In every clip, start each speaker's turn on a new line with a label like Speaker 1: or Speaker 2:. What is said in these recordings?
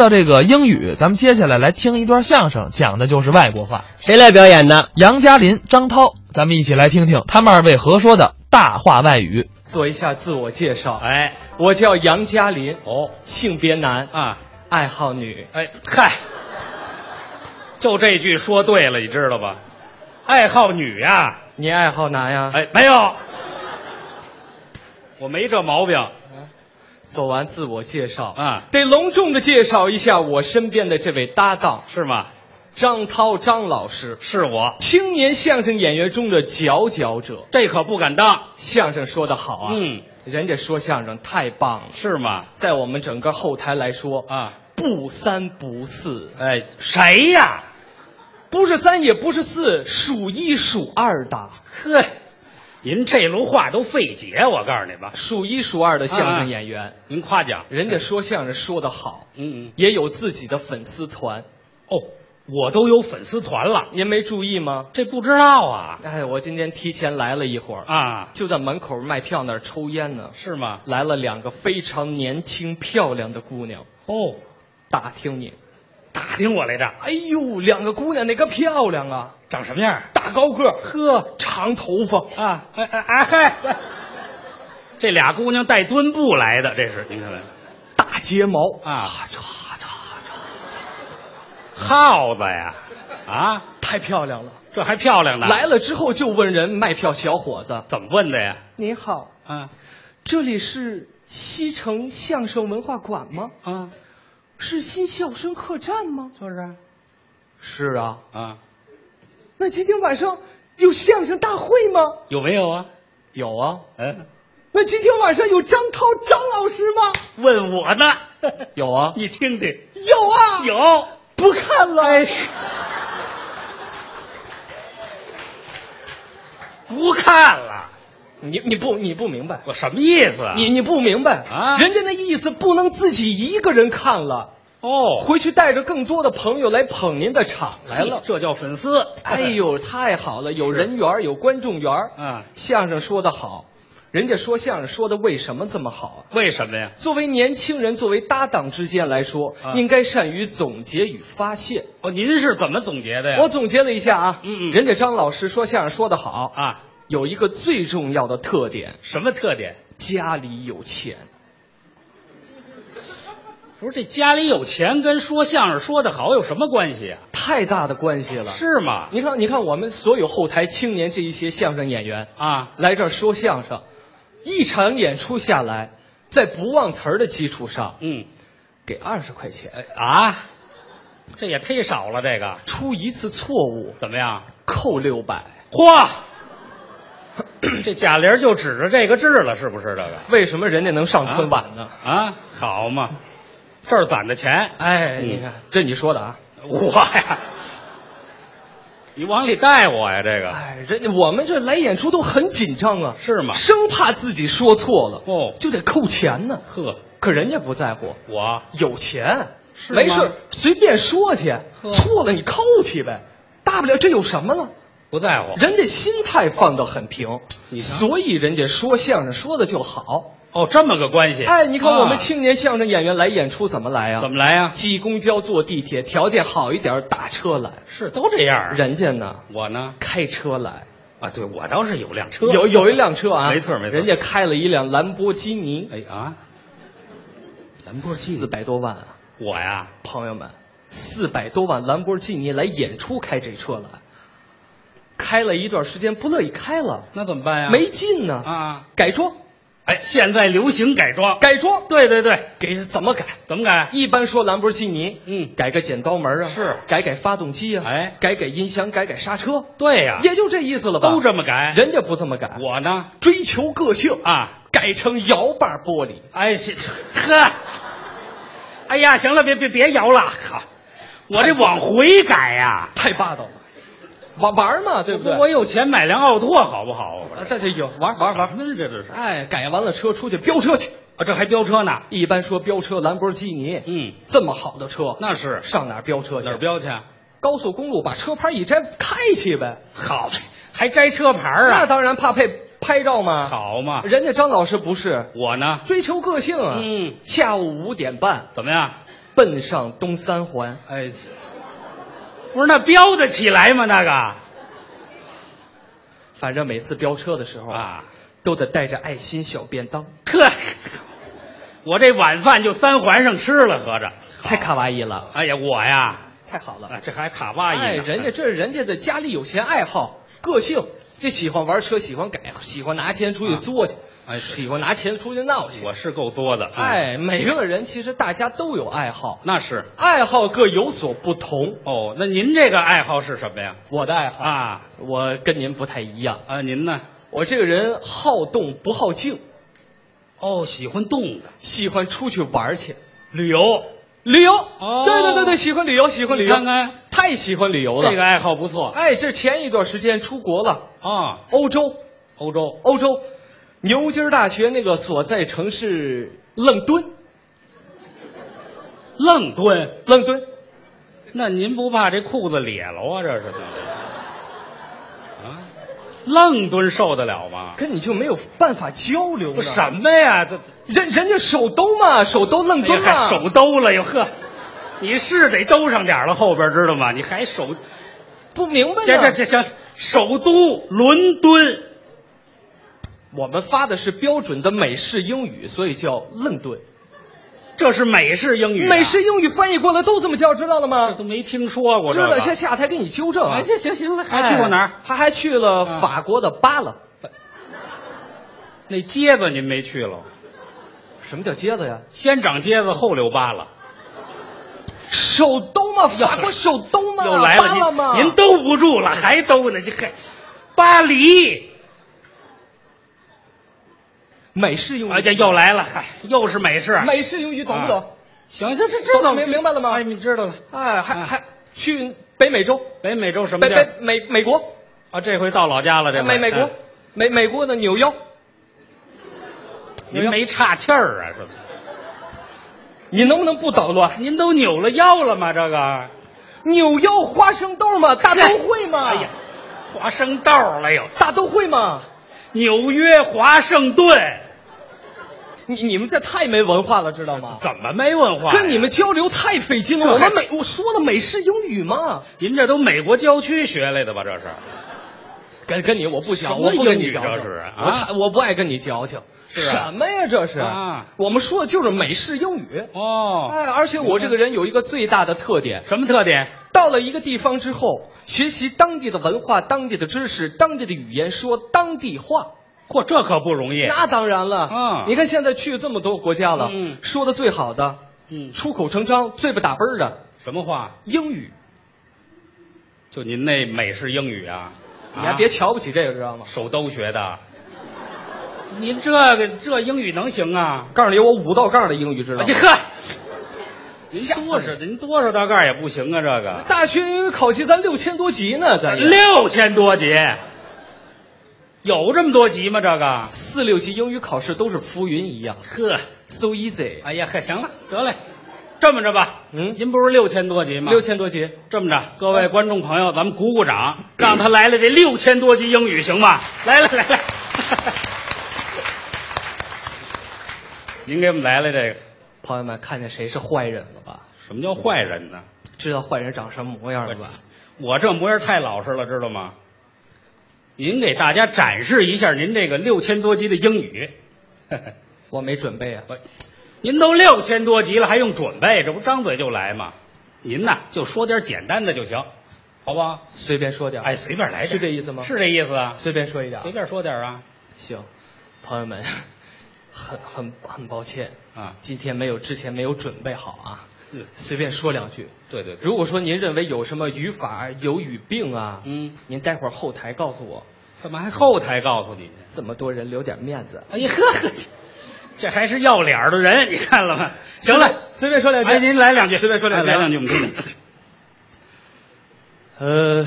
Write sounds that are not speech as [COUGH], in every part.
Speaker 1: 到这个英语，咱们接下来来听一段相声，讲的就是外国话。
Speaker 2: 谁来表演的？
Speaker 1: 杨嘉林、张涛，咱们一起来听听他们二位合说的大话外语。
Speaker 3: 做一下自我介绍，
Speaker 4: 哎，
Speaker 3: 我叫杨嘉林，
Speaker 4: 哦，
Speaker 3: 性别男，
Speaker 4: 啊，
Speaker 3: 爱好女，
Speaker 4: 哎，嗨，就这句说对了，你知道吧？爱好女呀、
Speaker 3: 您爱好男呀？
Speaker 4: 哎，没有，我没这毛病
Speaker 3: 做完自我介绍，
Speaker 4: 啊，
Speaker 3: 得隆重的介绍一下我身边的这位搭档
Speaker 4: 是吗？
Speaker 3: 张涛张老师，
Speaker 4: 是我，
Speaker 3: 青年相声演员中的佼佼者。
Speaker 4: 这可不敢当，
Speaker 3: 相声说得好啊，
Speaker 4: 嗯，
Speaker 3: 人家说相声太棒了，
Speaker 4: 是吗？
Speaker 3: 在我们整个后台来说，
Speaker 4: 啊，
Speaker 3: 不三不四，
Speaker 4: 哎，谁呀？
Speaker 3: 不是三也不是四，数一数二的，
Speaker 4: 呵，您这炉话都费解，我告诉你吧，
Speaker 3: 数一数二的相
Speaker 4: 啊
Speaker 3: 声演员，
Speaker 4: 您夸奖哎
Speaker 3: 人家，说相声说得好，
Speaker 4: 嗯嗯，
Speaker 3: 也有自己的粉丝团，
Speaker 4: 哦，我都有粉丝团了，
Speaker 3: 您没注意吗？
Speaker 4: 这不知道啊
Speaker 3: 哎，我今天提前来了一会儿，
Speaker 4: 啊，
Speaker 3: 就在门口卖票那儿抽烟呢，
Speaker 4: 是吗？
Speaker 3: 来了两个非常年轻漂亮的姑娘，
Speaker 4: 哦，
Speaker 3: 打听你。
Speaker 4: 打听我来着，
Speaker 3: 哎呦，两个姑娘哪个漂亮啊？
Speaker 4: 长什么样？
Speaker 3: 大高个儿，
Speaker 4: 呵，
Speaker 3: 长头发，
Speaker 4: 啊，哎哎哎嗨，这俩姑娘带墩布来的，这是您看没？
Speaker 3: 大睫毛，
Speaker 4: 啊，耗子呀，啊，
Speaker 3: 太漂亮了。
Speaker 4: 这还漂亮呢。
Speaker 3: 来了之后就问人卖票小伙子
Speaker 4: 怎么问的呀？：“
Speaker 3: 您好，
Speaker 4: 啊
Speaker 3: 这里是西城相声文化馆吗？
Speaker 4: 啊，
Speaker 3: 是新笑声客栈吗
Speaker 4: 就是？”“
Speaker 3: 是啊。
Speaker 4: 啊，”“
Speaker 3: 那今天晚上有相声大会吗
Speaker 4: 有没有啊？？”“
Speaker 3: 有啊。
Speaker 4: 嗯，”“
Speaker 3: 那今天晚上有张涛张老师吗
Speaker 4: 问我呢？？”“ [LAUGHS]
Speaker 3: 有啊。
Speaker 4: 你听听，”“
Speaker 3: 有哎啊。”“
Speaker 4: 有。
Speaker 3: 不看了。
Speaker 4: 不看了，
Speaker 3: 你你不你不明白。
Speaker 4: 我什么意思啊？
Speaker 3: 你你不明白
Speaker 4: 啊
Speaker 3: 人家那意思不能自己一个人看了，
Speaker 4: 哦
Speaker 3: 回去带着更多的朋友来捧您的场来了。
Speaker 4: 这叫粉丝。
Speaker 3: 哎呦，太好了，有人缘，有观众缘。
Speaker 4: 啊，
Speaker 3: 相声说得好，人家说相声说的为什么这么好啊？
Speaker 4: 为什么呀？
Speaker 3: 作为年轻人，作为搭档之间来说，
Speaker 4: 啊
Speaker 3: 应该善于总结与发泄。
Speaker 4: 哦，您是怎么总结的呀？
Speaker 3: 我总结了一下啊，
Speaker 4: 嗯嗯
Speaker 3: 人家张老师说相声说得好，
Speaker 4: 啊，
Speaker 3: 有一个最重要的特点，
Speaker 4: 什么特点？
Speaker 3: 家里有钱。
Speaker 4: 不是这家里有钱跟说相声说的好有什么关系啊？
Speaker 3: 太大的关系了。
Speaker 4: 是吗？
Speaker 3: 你看，你看，我们所有后台青年这一些相声演员
Speaker 4: 啊，
Speaker 3: 来这儿说相声，一场演出下来，在不忘词儿的基础上，
Speaker 4: 嗯
Speaker 3: 给二十块钱
Speaker 4: 啊，这也忒少了，这个
Speaker 3: 出一次错误
Speaker 4: 怎么样？
Speaker 3: 扣六百。
Speaker 4: 嚯，这贾玲就指着这个治了，是不是这个？
Speaker 3: 为什么人家能上春晚呢？
Speaker 4: 啊，好嘛，这儿攒的钱，
Speaker 3: 哎，
Speaker 4: 嗯
Speaker 3: 你看，这你说的啊？
Speaker 4: 我呀，你往里带我呀，这个
Speaker 3: 哎，人家我们这来演出都很紧张啊，
Speaker 4: 是吗？
Speaker 3: 生怕自己说错了，
Speaker 4: 哦
Speaker 3: 就得扣钱呢。
Speaker 4: 呵，
Speaker 3: 可人家不在乎，
Speaker 4: 我
Speaker 3: 有钱，
Speaker 4: 是吗
Speaker 3: 没事儿随便说去，
Speaker 4: 呵
Speaker 3: 错了你扣去呗，大不了这有什么了？
Speaker 4: 不在乎。
Speaker 3: 人家心态放得很平，
Speaker 4: 哦你看
Speaker 3: 所以人家说相声说的就好。
Speaker 4: 哦，这么个关系。
Speaker 3: 哎，你看我们
Speaker 4: 啊
Speaker 3: 青年相声演员来演出怎么来啊？
Speaker 4: 怎么来呀？
Speaker 3: 挤公交、坐地铁，条件好一点打车来。
Speaker 4: 是都这样啊。
Speaker 3: 人家呢，
Speaker 4: 我呢？
Speaker 3: 开车来。
Speaker 4: 啊，对我倒是有辆车。
Speaker 3: 有有一辆车啊，
Speaker 4: 没错没错
Speaker 3: 人家开了一辆兰博基尼，
Speaker 4: 哎啊，兰博基
Speaker 3: 四
Speaker 4: 尼，
Speaker 3: 百多万啊，
Speaker 4: 我呀，
Speaker 3: 朋友们，四百多万兰博基尼来演出开这车来，开了一段时间不乐意开了，
Speaker 4: 那怎么办哎呀？
Speaker 3: 没劲呢，
Speaker 4: 啊，
Speaker 3: 改装，
Speaker 4: 哎，现在流行改装，
Speaker 3: 改装，
Speaker 4: 对对对，
Speaker 3: 给怎么改？
Speaker 4: 怎么改？
Speaker 3: 一般说兰博基尼，
Speaker 4: 嗯，
Speaker 3: 改改剪刀门啊，
Speaker 4: 是
Speaker 3: 改改发动机啊，
Speaker 4: 哎
Speaker 3: 改改音箱，改改刹车，
Speaker 4: 对呀，
Speaker 3: 也就这意思了吧？
Speaker 4: 都这么改。
Speaker 3: 人家不这么改，
Speaker 4: 我呢？
Speaker 3: 追求个性，
Speaker 4: 啊，
Speaker 3: 改成摇把玻璃。
Speaker 4: 哎，是呵，哎呀，行了，别别别摇了，靠，我这往回改呀。
Speaker 3: 太霸道了，玩玩嘛，对不对？
Speaker 4: 我有钱买辆奥拓好不好？
Speaker 3: 啊这这有玩玩
Speaker 4: 什
Speaker 3: 玩，
Speaker 4: 么这这是啊，
Speaker 3: 哎，改完了车出去飙车去。
Speaker 4: 这还飙车呢？
Speaker 3: 一般说飙车，兰博基尼，
Speaker 4: 嗯，
Speaker 3: 这么好的车，
Speaker 4: 那是
Speaker 3: 上哪儿飙车去？
Speaker 4: 哪儿？飙去啊？
Speaker 3: 高速公路把车牌一摘，开去呗。
Speaker 4: 好，还摘车牌儿
Speaker 3: 那
Speaker 4: 啊？
Speaker 3: 当然怕被拍照嘛。，
Speaker 4: 好嘛，
Speaker 3: 人家张老师不是
Speaker 4: 我呢？
Speaker 3: 追求个性啊。
Speaker 4: 嗯，
Speaker 3: 下午五点半，
Speaker 4: 怎么样？
Speaker 3: 奔上东三环。
Speaker 4: 哎，不是那标得起来吗？那个
Speaker 3: 反正每次飙车的时候，
Speaker 4: 啊，
Speaker 3: 都得带着爱心小便当，
Speaker 4: 呵， [LAUGHS] 我这晚饭就三环上吃了，合着。
Speaker 3: 太卡哇伊了，
Speaker 4: 哎呀，我呀，
Speaker 3: 太好了。
Speaker 4: 啊这还卡哇伊呢、
Speaker 3: 哎，人家这是人家的家里有钱爱好个性，这喜欢玩车，喜欢改，喜欢拿钱出去作去，
Speaker 4: 哎是
Speaker 3: 喜欢拿钱出去闹去。
Speaker 4: 哎我是够作的。嗯，
Speaker 3: 哎，每个人其实大家都有爱好，
Speaker 4: 那是。
Speaker 3: 爱好各有所不同。
Speaker 4: 哦，那您这个爱好是什么呀？
Speaker 3: 我的爱好，
Speaker 4: 啊
Speaker 3: 我跟您不太一样，
Speaker 4: 啊，您呢？
Speaker 3: 我这个人好动不好静，
Speaker 4: 哦，喜欢动的
Speaker 3: 喜欢出去玩去。
Speaker 4: 旅游，
Speaker 3: 旅游，
Speaker 4: 哦
Speaker 3: 对对对对，喜欢旅游，喜欢旅游，
Speaker 4: 你看看
Speaker 3: 太喜欢旅游了。
Speaker 4: 这个爱好不错啊、
Speaker 3: 哎，这前一段时间出国了，欧洲，
Speaker 4: 欧洲
Speaker 3: 欧洲，牛津大学那个所在城市愣敦，
Speaker 4: 愣蹲，
Speaker 3: 愣敦，
Speaker 4: 那您不怕这裤子裂了啊？这是怎么啊？愣蹲受得了吗？
Speaker 3: 跟你就没有办法交流呢。
Speaker 4: 不什么呀？这
Speaker 3: 人人家首都嘛，首都愣
Speaker 4: 哎哎呀
Speaker 3: 敦
Speaker 4: 还
Speaker 3: 嘛，
Speaker 4: 手兜了又呵，你是得兜上点儿了，后边知道吗？你还
Speaker 3: 哎
Speaker 4: 手
Speaker 3: 不明白呢
Speaker 4: 这这这行，首都伦敦
Speaker 3: 我们发的是标准的美式英语，所以叫愣敦。
Speaker 4: 这是美式英语啊、
Speaker 3: 美式英语翻译过来都这么叫，知道了
Speaker 4: 这
Speaker 3: 吗？
Speaker 4: 都没听说过
Speaker 3: 知
Speaker 4: 这
Speaker 3: 道，
Speaker 4: 个。
Speaker 3: 下下台给你纠正啊
Speaker 4: 哎，。行行行了，还去过哪儿？
Speaker 3: 哎他还去了
Speaker 4: 啊
Speaker 3: 法国的巴勒。
Speaker 4: 那疖子您没去了，
Speaker 3: 什么叫街子呀？
Speaker 4: 先长疖子后留疤了，
Speaker 3: 首都嘛，法国首都嘛，
Speaker 4: 又来了
Speaker 3: 巴勒嘛。
Speaker 4: 您您兜不住了，还兜呢？这还巴黎，
Speaker 3: 美式英语，
Speaker 4: 哎呀，又来了，嗨，又是美式。
Speaker 3: 美式英语懂不懂？
Speaker 4: 行行，这知道
Speaker 3: 啊明明白了吗
Speaker 4: 哎，你知道了，
Speaker 3: 哎，还
Speaker 4: 啊
Speaker 3: 还去北美洲，
Speaker 4: 北美洲什么
Speaker 3: 北
Speaker 4: 地
Speaker 3: 北
Speaker 4: 儿
Speaker 3: 美美国，
Speaker 4: 啊？这回到老家了，这回
Speaker 3: 美美国
Speaker 4: 嗯，
Speaker 3: 美美国的纽约。
Speaker 4: 您没岔气儿啊？是吧？
Speaker 3: 你能不能不捣乱？
Speaker 4: 您都扭了腰了吗？这个
Speaker 3: 纽约花生豆嘛，大都会嘛，
Speaker 4: [LAUGHS] 哎呀，华盛豆儿了又，
Speaker 3: 大都会嘛。
Speaker 4: 纽约华盛顿
Speaker 3: 你你们这太没文化了，知道吗？
Speaker 4: 怎么没文化呀？
Speaker 3: 跟你们交流太费劲了。
Speaker 4: 这
Speaker 3: 我
Speaker 4: 还
Speaker 3: 们美我说了美式英语嘛，
Speaker 4: 您这都美国郊区学来的吧？这是。
Speaker 3: 跟跟你我不想，
Speaker 4: 什么
Speaker 3: 我不跟你
Speaker 4: 英语
Speaker 3: 矫
Speaker 4: 这
Speaker 3: 情，
Speaker 4: 是啊
Speaker 3: 我太我不爱跟你矫情。
Speaker 4: 是啊
Speaker 3: 什么呀？这是
Speaker 4: 啊
Speaker 3: 我们说的就是美式英语。
Speaker 4: 哦，嗯
Speaker 3: 哎，而且我这个人有一个最大的特点，
Speaker 4: 什么特点？
Speaker 3: 到了一个地方之后，学习当地的文化、当地的知识、当地的语言，说当地话。
Speaker 4: 嚯，这可不容易。
Speaker 3: 那当然了，
Speaker 4: 啊
Speaker 3: 你看现在去这么多国家了，
Speaker 4: 嗯
Speaker 3: 说的最好的，
Speaker 4: 嗯，
Speaker 3: 出口成章、最不打啵儿的
Speaker 4: 什么话？
Speaker 3: 英语，
Speaker 4: 就您那美式英语啊？
Speaker 3: 你还别瞧不起这个，知道吗
Speaker 4: 啊？手兜学的。您这个这英语能行啊？
Speaker 3: 告诉你，我五道杠的英语知道吗
Speaker 4: 这？呵，您
Speaker 3: 吓死
Speaker 4: 多少您多少大盖也不行啊，这个
Speaker 3: 大学英语考级咱六千多级呢，
Speaker 4: 哎
Speaker 3: 咱也
Speaker 4: 六千多级，有这么多级吗？这个
Speaker 3: 四六级英语考试都是浮云一样
Speaker 4: 呵，
Speaker 3: ，so easy，
Speaker 4: 哎呀，哎呵，行了，得嘞，这么着吧，
Speaker 3: 嗯
Speaker 4: 您不是六千多级吗？
Speaker 3: 六千多级，
Speaker 4: 这么着，各位观众朋友，咱们鼓鼓掌，让他来了这六千多级英语，行吗？来来来来， [LAUGHS] 您给我们来了这个，
Speaker 3: 朋友们看见谁是坏人了吧？
Speaker 4: 什么叫坏人呢？
Speaker 3: 知道坏人长什么模样了吧？
Speaker 4: 我这模样太老实了，知道吗？您给大家展示一下您这个六千多级的英语，
Speaker 3: 我没准备啊，
Speaker 4: 您都六千多级了，还用准备？这不张嘴就来吗？您呐，就说点简单的就行，好不好？
Speaker 3: 随便说点儿，
Speaker 4: 哎，随便来点，
Speaker 3: 是这意思吗
Speaker 4: 是这意思啊，
Speaker 3: 随便说一点儿
Speaker 4: 随。便说点啊
Speaker 3: 行，朋友们， [LAUGHS] 很很很抱歉，
Speaker 4: 啊，
Speaker 3: 今天没有之前没有准备好啊，
Speaker 4: 嗯
Speaker 3: 随便说两句。
Speaker 4: 对对对，
Speaker 3: 如果说您认为有什么语法有语病啊，
Speaker 4: 嗯，
Speaker 3: 您待会儿后台告诉我，
Speaker 4: 怎么还后台告诉你呢？
Speaker 3: 这么多人留点面子。
Speaker 4: 哎呀呵呵，这还是要脸儿的人，你看了吗？行了，，
Speaker 3: 随便说两句。
Speaker 4: 哎，您来两句，
Speaker 3: 随便说两
Speaker 4: 哎
Speaker 3: 句
Speaker 4: 来
Speaker 3: 啊
Speaker 4: 两句，我们听听。
Speaker 3: 呃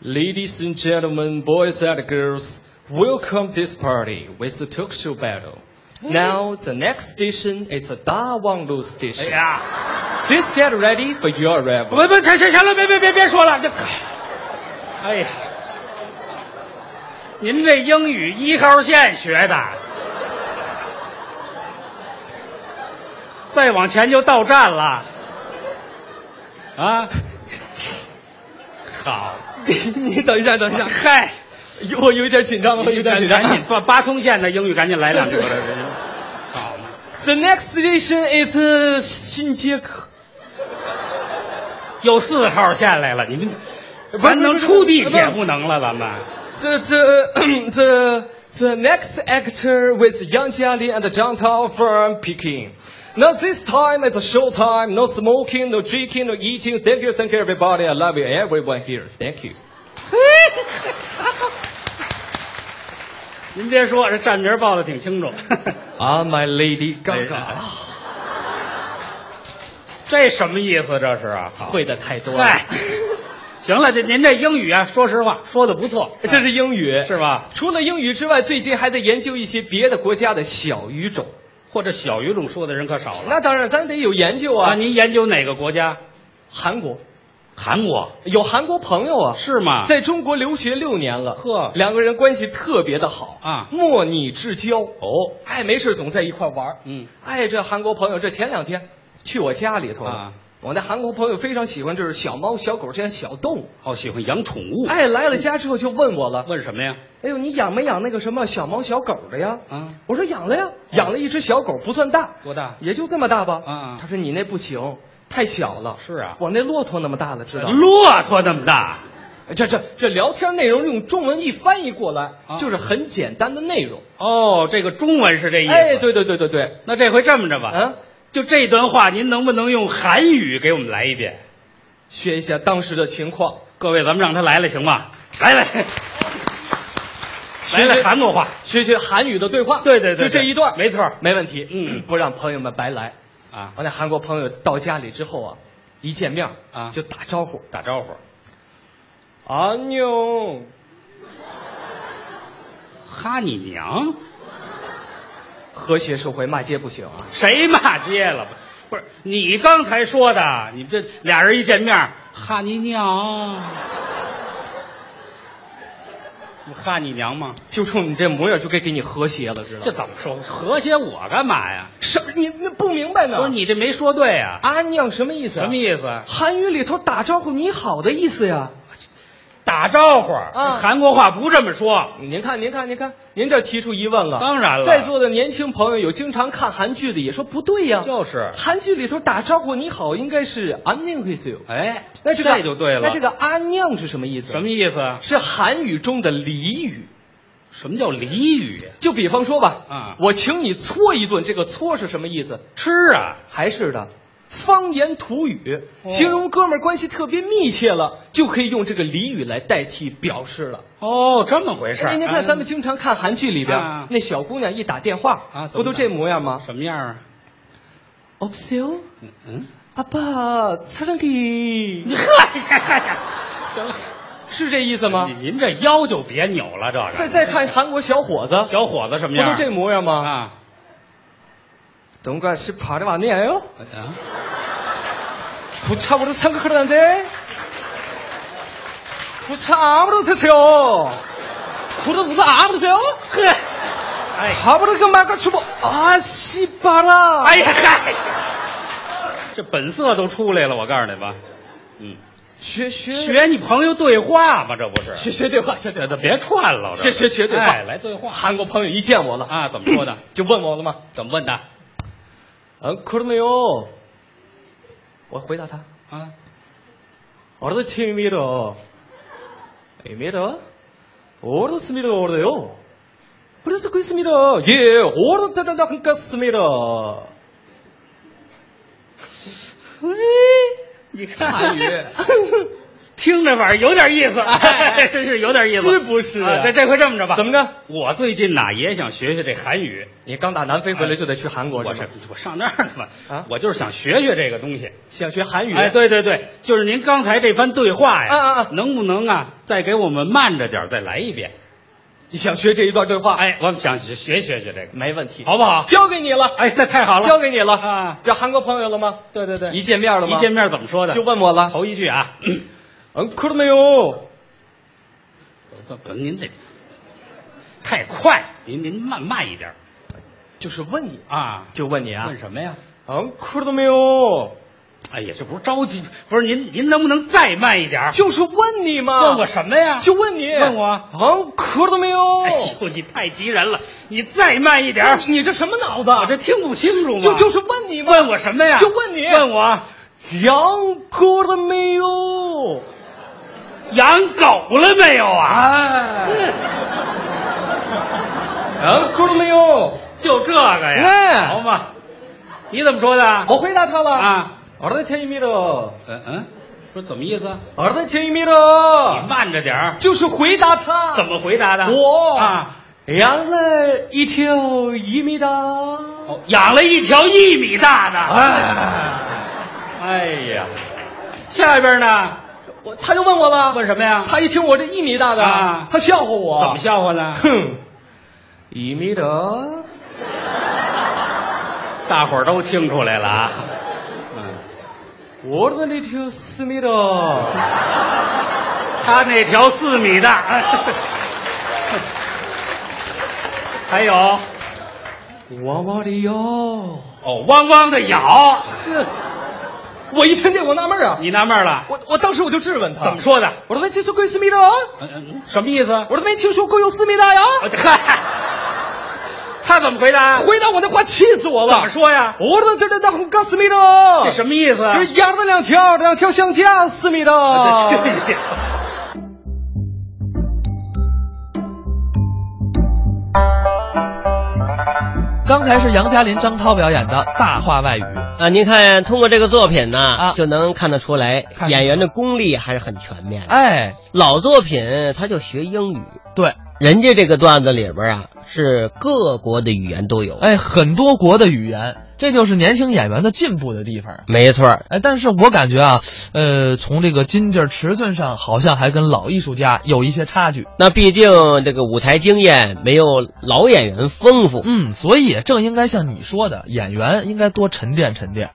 Speaker 3: ，Ladies and gentlemen, boys and girls, welcome this party with the talk show battle. Now the next station is the Da Wang Lu
Speaker 4: 哎
Speaker 3: station.
Speaker 4: 呀，
Speaker 3: Please get ready for your
Speaker 4: 不
Speaker 3: arrival.
Speaker 4: 不，行行行了，别别别别说了，这，哎呀，您这英语一号线学的，再往前就到站了。啊，好，
Speaker 3: [LAUGHS] 你 [LAUGHS] 等一下，等一下，
Speaker 4: 嗨，
Speaker 3: 我有一点紧张了，我有点紧张。[LAUGHS]
Speaker 4: 赶紧把八通线的英语赶紧来两句
Speaker 3: 是。是
Speaker 4: 好嘛，
Speaker 3: The next station is uh, 新街口，
Speaker 4: 又四号线来了，你们
Speaker 3: 不是
Speaker 4: 咱能出地铁
Speaker 3: 不
Speaker 4: 不能了？咱们
Speaker 3: 这这 [CLEARS THROAT] 这 the next actor with Yang Jialin and Zhang Tao from Peking. Now this time it's a show time. No smoking, no drinking, no eating. Thank you, thank you, everybody. I love you, everyone here. Thank you.
Speaker 4: 您别说，这站名报的挺清楚。 [LAUGHS]
Speaker 3: Ah, my lady
Speaker 4: 哎
Speaker 3: Gaga，
Speaker 4: 这什么意思？这是啊？
Speaker 3: 会的太多了。
Speaker 4: 嗨， [LAUGHS] 行了，这您这英语啊，说实话说的不错，哎
Speaker 3: 这是英语
Speaker 4: 是吧？
Speaker 3: 除了英语之外，最近还在研究一些别的国家的小语种。
Speaker 4: 或者小语种说的人可少了。
Speaker 3: 那当然，咱得有研究啊。
Speaker 4: 啊，您研究哪个国家？
Speaker 3: 韩国
Speaker 4: 韩国
Speaker 3: 有韩国朋友啊，
Speaker 4: 是吗？
Speaker 3: 在中国留学六年了，
Speaker 4: 呵
Speaker 3: 两个人关系特别的好
Speaker 4: 啊
Speaker 3: 莫逆之交。
Speaker 4: 哦，
Speaker 3: 哎，没事总在一块玩儿
Speaker 4: 嗯，
Speaker 3: 哎，这韩国朋友这前两天去我家里头了
Speaker 4: 啊
Speaker 3: 我那韩国朋友非常喜欢就是小猫、小狗这些小动物。
Speaker 4: 哦，喜欢养宠物。
Speaker 3: 哎，来了家之后就问我了，
Speaker 4: 问什么呀？
Speaker 3: 哎呦，你养没养那个什么小猫、小狗的呀？
Speaker 4: 啊，
Speaker 3: 我说养了呀，养了一只小狗，不算大，
Speaker 4: 多大？
Speaker 3: 也就这么大吧。
Speaker 4: 啊啊
Speaker 3: 他说你那不行，太小了。
Speaker 4: 是啊
Speaker 3: 我那骆驼那么大了，知道吗？
Speaker 4: 骆驼那么大。
Speaker 3: 这这这聊天内容用中文一翻译过来，
Speaker 4: 啊
Speaker 3: 就是很简单的内容。
Speaker 4: 哦，这个中文是这意思。
Speaker 3: 哎，。对对对对对，
Speaker 4: 那这回这么着吧，
Speaker 3: 嗯，
Speaker 4: 就这段话，您能不能用韩语给我们来一遍？
Speaker 3: 学一下当时的情况。
Speaker 4: 各位，咱们让他来了，行吗？来来，来来韩国话。
Speaker 3: 学学韩语的对话。
Speaker 4: 对对对对
Speaker 3: 就这一段，
Speaker 4: 没错
Speaker 3: 没问题。
Speaker 4: 嗯
Speaker 3: 不让朋友们白来。
Speaker 4: 啊，
Speaker 3: 我那韩国朋友到家里之后啊，一见面
Speaker 4: 啊
Speaker 3: 就打招呼，
Speaker 4: 打招呼。
Speaker 3: 啊妞，
Speaker 4: 哈你娘！
Speaker 3: 和谐社会骂街不行啊。
Speaker 4: 谁骂街了？不是你刚才说的，你们这俩人一见面，哈你娘！我哈你娘吗？
Speaker 3: 就冲你这模样，就该给你和谐了，知道
Speaker 4: 这
Speaker 3: 吗？
Speaker 4: 怎么说？和谐我干嘛呀？
Speaker 3: 什么你那不明白呢？
Speaker 4: 不是你这没说对啊？
Speaker 3: 阿娘什么意思、
Speaker 4: 什么？意思啊？
Speaker 3: 韩语里头打招呼你好的意思呀。
Speaker 4: 打招呼，
Speaker 3: 啊
Speaker 4: 韩国话不这么说。
Speaker 3: 您看，您看，您看，您这提出疑问了。
Speaker 4: 当然了
Speaker 3: 在座的年轻朋友有经常看韩剧的，也说不对呀。
Speaker 4: 就是
Speaker 3: 韩剧里头打招呼你好应该是안녕하세요。
Speaker 4: 哎，
Speaker 3: 那这个
Speaker 4: 就对了。
Speaker 3: 那这个안녕是什么意思？
Speaker 4: 什么意思？
Speaker 3: 是韩语中的俚语。
Speaker 4: 什么叫俚语？
Speaker 3: 就比方说吧，
Speaker 4: 啊
Speaker 3: 我请你搓一顿，这个搓是什么意思？
Speaker 4: 吃啊，
Speaker 3: 还是的，方言土语，
Speaker 4: 哦
Speaker 3: 形容哥们儿关系特别密切了，就可以用这个俚语来代替表示了。
Speaker 4: 哦，这么回事儿。
Speaker 3: 哎，您看，
Speaker 4: 啊
Speaker 3: 咱们经常看韩剧里边，
Speaker 4: 啊
Speaker 3: 那小姑娘一打电话，
Speaker 4: 啊怎
Speaker 3: 不
Speaker 4: 么
Speaker 3: 都这模样吗？
Speaker 4: 什么样啊？
Speaker 3: 없어요
Speaker 4: 嗯嗯，
Speaker 3: 아빠사랑해
Speaker 4: 呵，行了。
Speaker 3: 是这意思吗？
Speaker 4: 您您这腰就别扭了，这
Speaker 3: 再
Speaker 4: 个
Speaker 3: 再看韩国小伙子，
Speaker 4: 小伙子什
Speaker 3: 不
Speaker 4: 么样？
Speaker 3: 都这模样吗？
Speaker 4: 啊
Speaker 3: 东瓜是爬的瓦那样哟，
Speaker 4: 啊！
Speaker 3: 不差不多三个克了的，不差不多这车哟，不都不差不多这哟，
Speaker 4: 呵，哎
Speaker 3: 差不多跟马个去不啊西巴拉，
Speaker 4: 哎，呀嗨，这本色都出来了，我告诉你吧，嗯，
Speaker 3: 学学
Speaker 4: 学你朋友对话吧，这不是？
Speaker 3: 学学对话，学对话，
Speaker 4: 别串了，
Speaker 3: 学
Speaker 4: 这个
Speaker 3: 学学对话
Speaker 4: 哎，来对话
Speaker 3: 韩国朋友一见我了，
Speaker 4: 啊？怎么说的？
Speaker 3: 就问我了吗？
Speaker 4: 怎么问的？
Speaker 3: 嗯，可了没有？我回答他，
Speaker 4: 啊，
Speaker 3: 我的亲密的，哎，没得，我的思密的，我的哟，我的鬼思密的，耶，我的这这这很个思密的，
Speaker 4: 嘿，
Speaker 3: 哎
Speaker 4: 你看
Speaker 3: 韩语，
Speaker 4: [LAUGHS] 听着反正有点意思，
Speaker 3: 哎
Speaker 4: 真 [LAUGHS] 是有点意思，
Speaker 3: 是不是啊
Speaker 4: 啊这这回这么着吧，
Speaker 3: 怎么着？
Speaker 4: 我最近呐也想学学这韩语，
Speaker 3: 你刚打南非回来就得去韩国
Speaker 4: 我
Speaker 3: 是
Speaker 4: 是
Speaker 3: 吗？
Speaker 4: 我上那儿了嘛，
Speaker 3: 啊
Speaker 4: 我就是想学学这个东西。
Speaker 3: 想学韩语？
Speaker 4: 哎，，对对对，就是您刚才这番对话呀，
Speaker 3: 啊啊啊
Speaker 4: 能不能啊再给我们慢着点儿再来一遍？
Speaker 3: 你想学这一段对话？，
Speaker 4: 哎，我们想学学学这个，
Speaker 3: 没问题，
Speaker 4: 好不好？
Speaker 3: 交给你了，
Speaker 4: 哎，那太好了，
Speaker 3: 交给你了
Speaker 4: 啊
Speaker 3: 这韩国朋友了吗？
Speaker 4: 对对对，
Speaker 3: 一见面了吗？
Speaker 4: 一见面怎么说的？
Speaker 3: 就问我了，
Speaker 4: 头一
Speaker 3: [LAUGHS]
Speaker 4: 句啊，
Speaker 3: 嗯，可了没有？
Speaker 4: 您这太快，您您慢慢一点儿
Speaker 3: 就是问你，
Speaker 4: 啊。
Speaker 3: 就问你啊
Speaker 4: 问，什么呀？
Speaker 3: 嗯， 안 그러더며.
Speaker 4: 哎呀，这不是着急，不是您您能不能再慢一点儿？啊
Speaker 3: 就是问你嘛，
Speaker 4: 问我什么呀？
Speaker 3: 就问你，
Speaker 4: 问我
Speaker 3: 俺磕了没有？
Speaker 4: 哎呦，你太急人了，你再慢一点儿，
Speaker 3: 你这什么脑子？
Speaker 4: 我这听不清楚吗？
Speaker 3: 就就是问你嘛，
Speaker 4: 问我什么呀？
Speaker 3: 就问你
Speaker 4: 问我
Speaker 3: 羊割了没有？
Speaker 4: 养狗了没有啊？
Speaker 3: 哎，羊割了没有？
Speaker 4: 就这个呀，
Speaker 3: 哎
Speaker 4: 好嘛，你怎么说的？
Speaker 3: 我回答他了
Speaker 4: 啊，
Speaker 3: 儿子天一米的，
Speaker 4: 哦嗯嗯，说怎么意思？啊
Speaker 3: 儿子天一米
Speaker 4: 你
Speaker 3: 的，
Speaker 4: 慢着点儿，
Speaker 3: 就是回答他
Speaker 4: 怎么回答的？
Speaker 3: 我
Speaker 4: 啊，
Speaker 3: 养了一条一米的，
Speaker 4: 哦养了一条一米大
Speaker 3: 哎，
Speaker 4: 的。哎呀，下边呢？
Speaker 3: 我他就问我了，
Speaker 4: 问什么呀？
Speaker 3: 他一听我这一米大的，
Speaker 4: 啊
Speaker 3: 他笑话我，
Speaker 4: 怎么笑话呢？
Speaker 3: 哼，一米的，
Speaker 4: [LAUGHS] 大伙儿都听出来了啊。嗯，
Speaker 3: 我的那条四米的，
Speaker 4: 他那条四米的。哎 [LAUGHS] 还有哦，
Speaker 3: 汪汪的哟。
Speaker 4: 汪汪的咬，
Speaker 3: 我一听这我纳闷啊，
Speaker 4: 你纳闷了？
Speaker 3: 我我当时我就质问他，
Speaker 4: 怎么？说的？
Speaker 3: 我说没听说过有四米的啊，
Speaker 4: 嗯嗯，什么意思？
Speaker 3: 我说没听说过有四米大呀。
Speaker 4: 我这嗨， [LAUGHS] 他怎么回答？
Speaker 3: 回答我那话气死我
Speaker 4: 怎
Speaker 3: 了
Speaker 4: 么。说呀？
Speaker 3: 我说这这那红干四米的，
Speaker 4: 这什么意思啊？哦
Speaker 3: 就是压着两条，两条相加四米的。
Speaker 4: 我的啊去你！
Speaker 1: 刚才是杨嘉林、张涛表演的《大话外语》，
Speaker 2: 啊，您看，通过这个作品呢，
Speaker 1: 啊
Speaker 2: 就能看得出来
Speaker 1: 看出来
Speaker 2: 演员的功力还是很全面的。
Speaker 1: 哎，
Speaker 2: 老作品他就学英语，
Speaker 1: 对，
Speaker 2: 人家这个段子里边啊是各国的语言都有。
Speaker 1: 哎，很多国的语言，这就是年轻演员的进步的地方。
Speaker 2: 没错儿，
Speaker 1: 哎，但是我感觉啊，呃，从这个斤劲儿尺寸上，好像还跟老艺术家有一些差距。
Speaker 2: 那毕竟这个舞台经验没有老演员丰富。
Speaker 1: 嗯，所以正应该像你说的，演员应该多沉淀沉淀。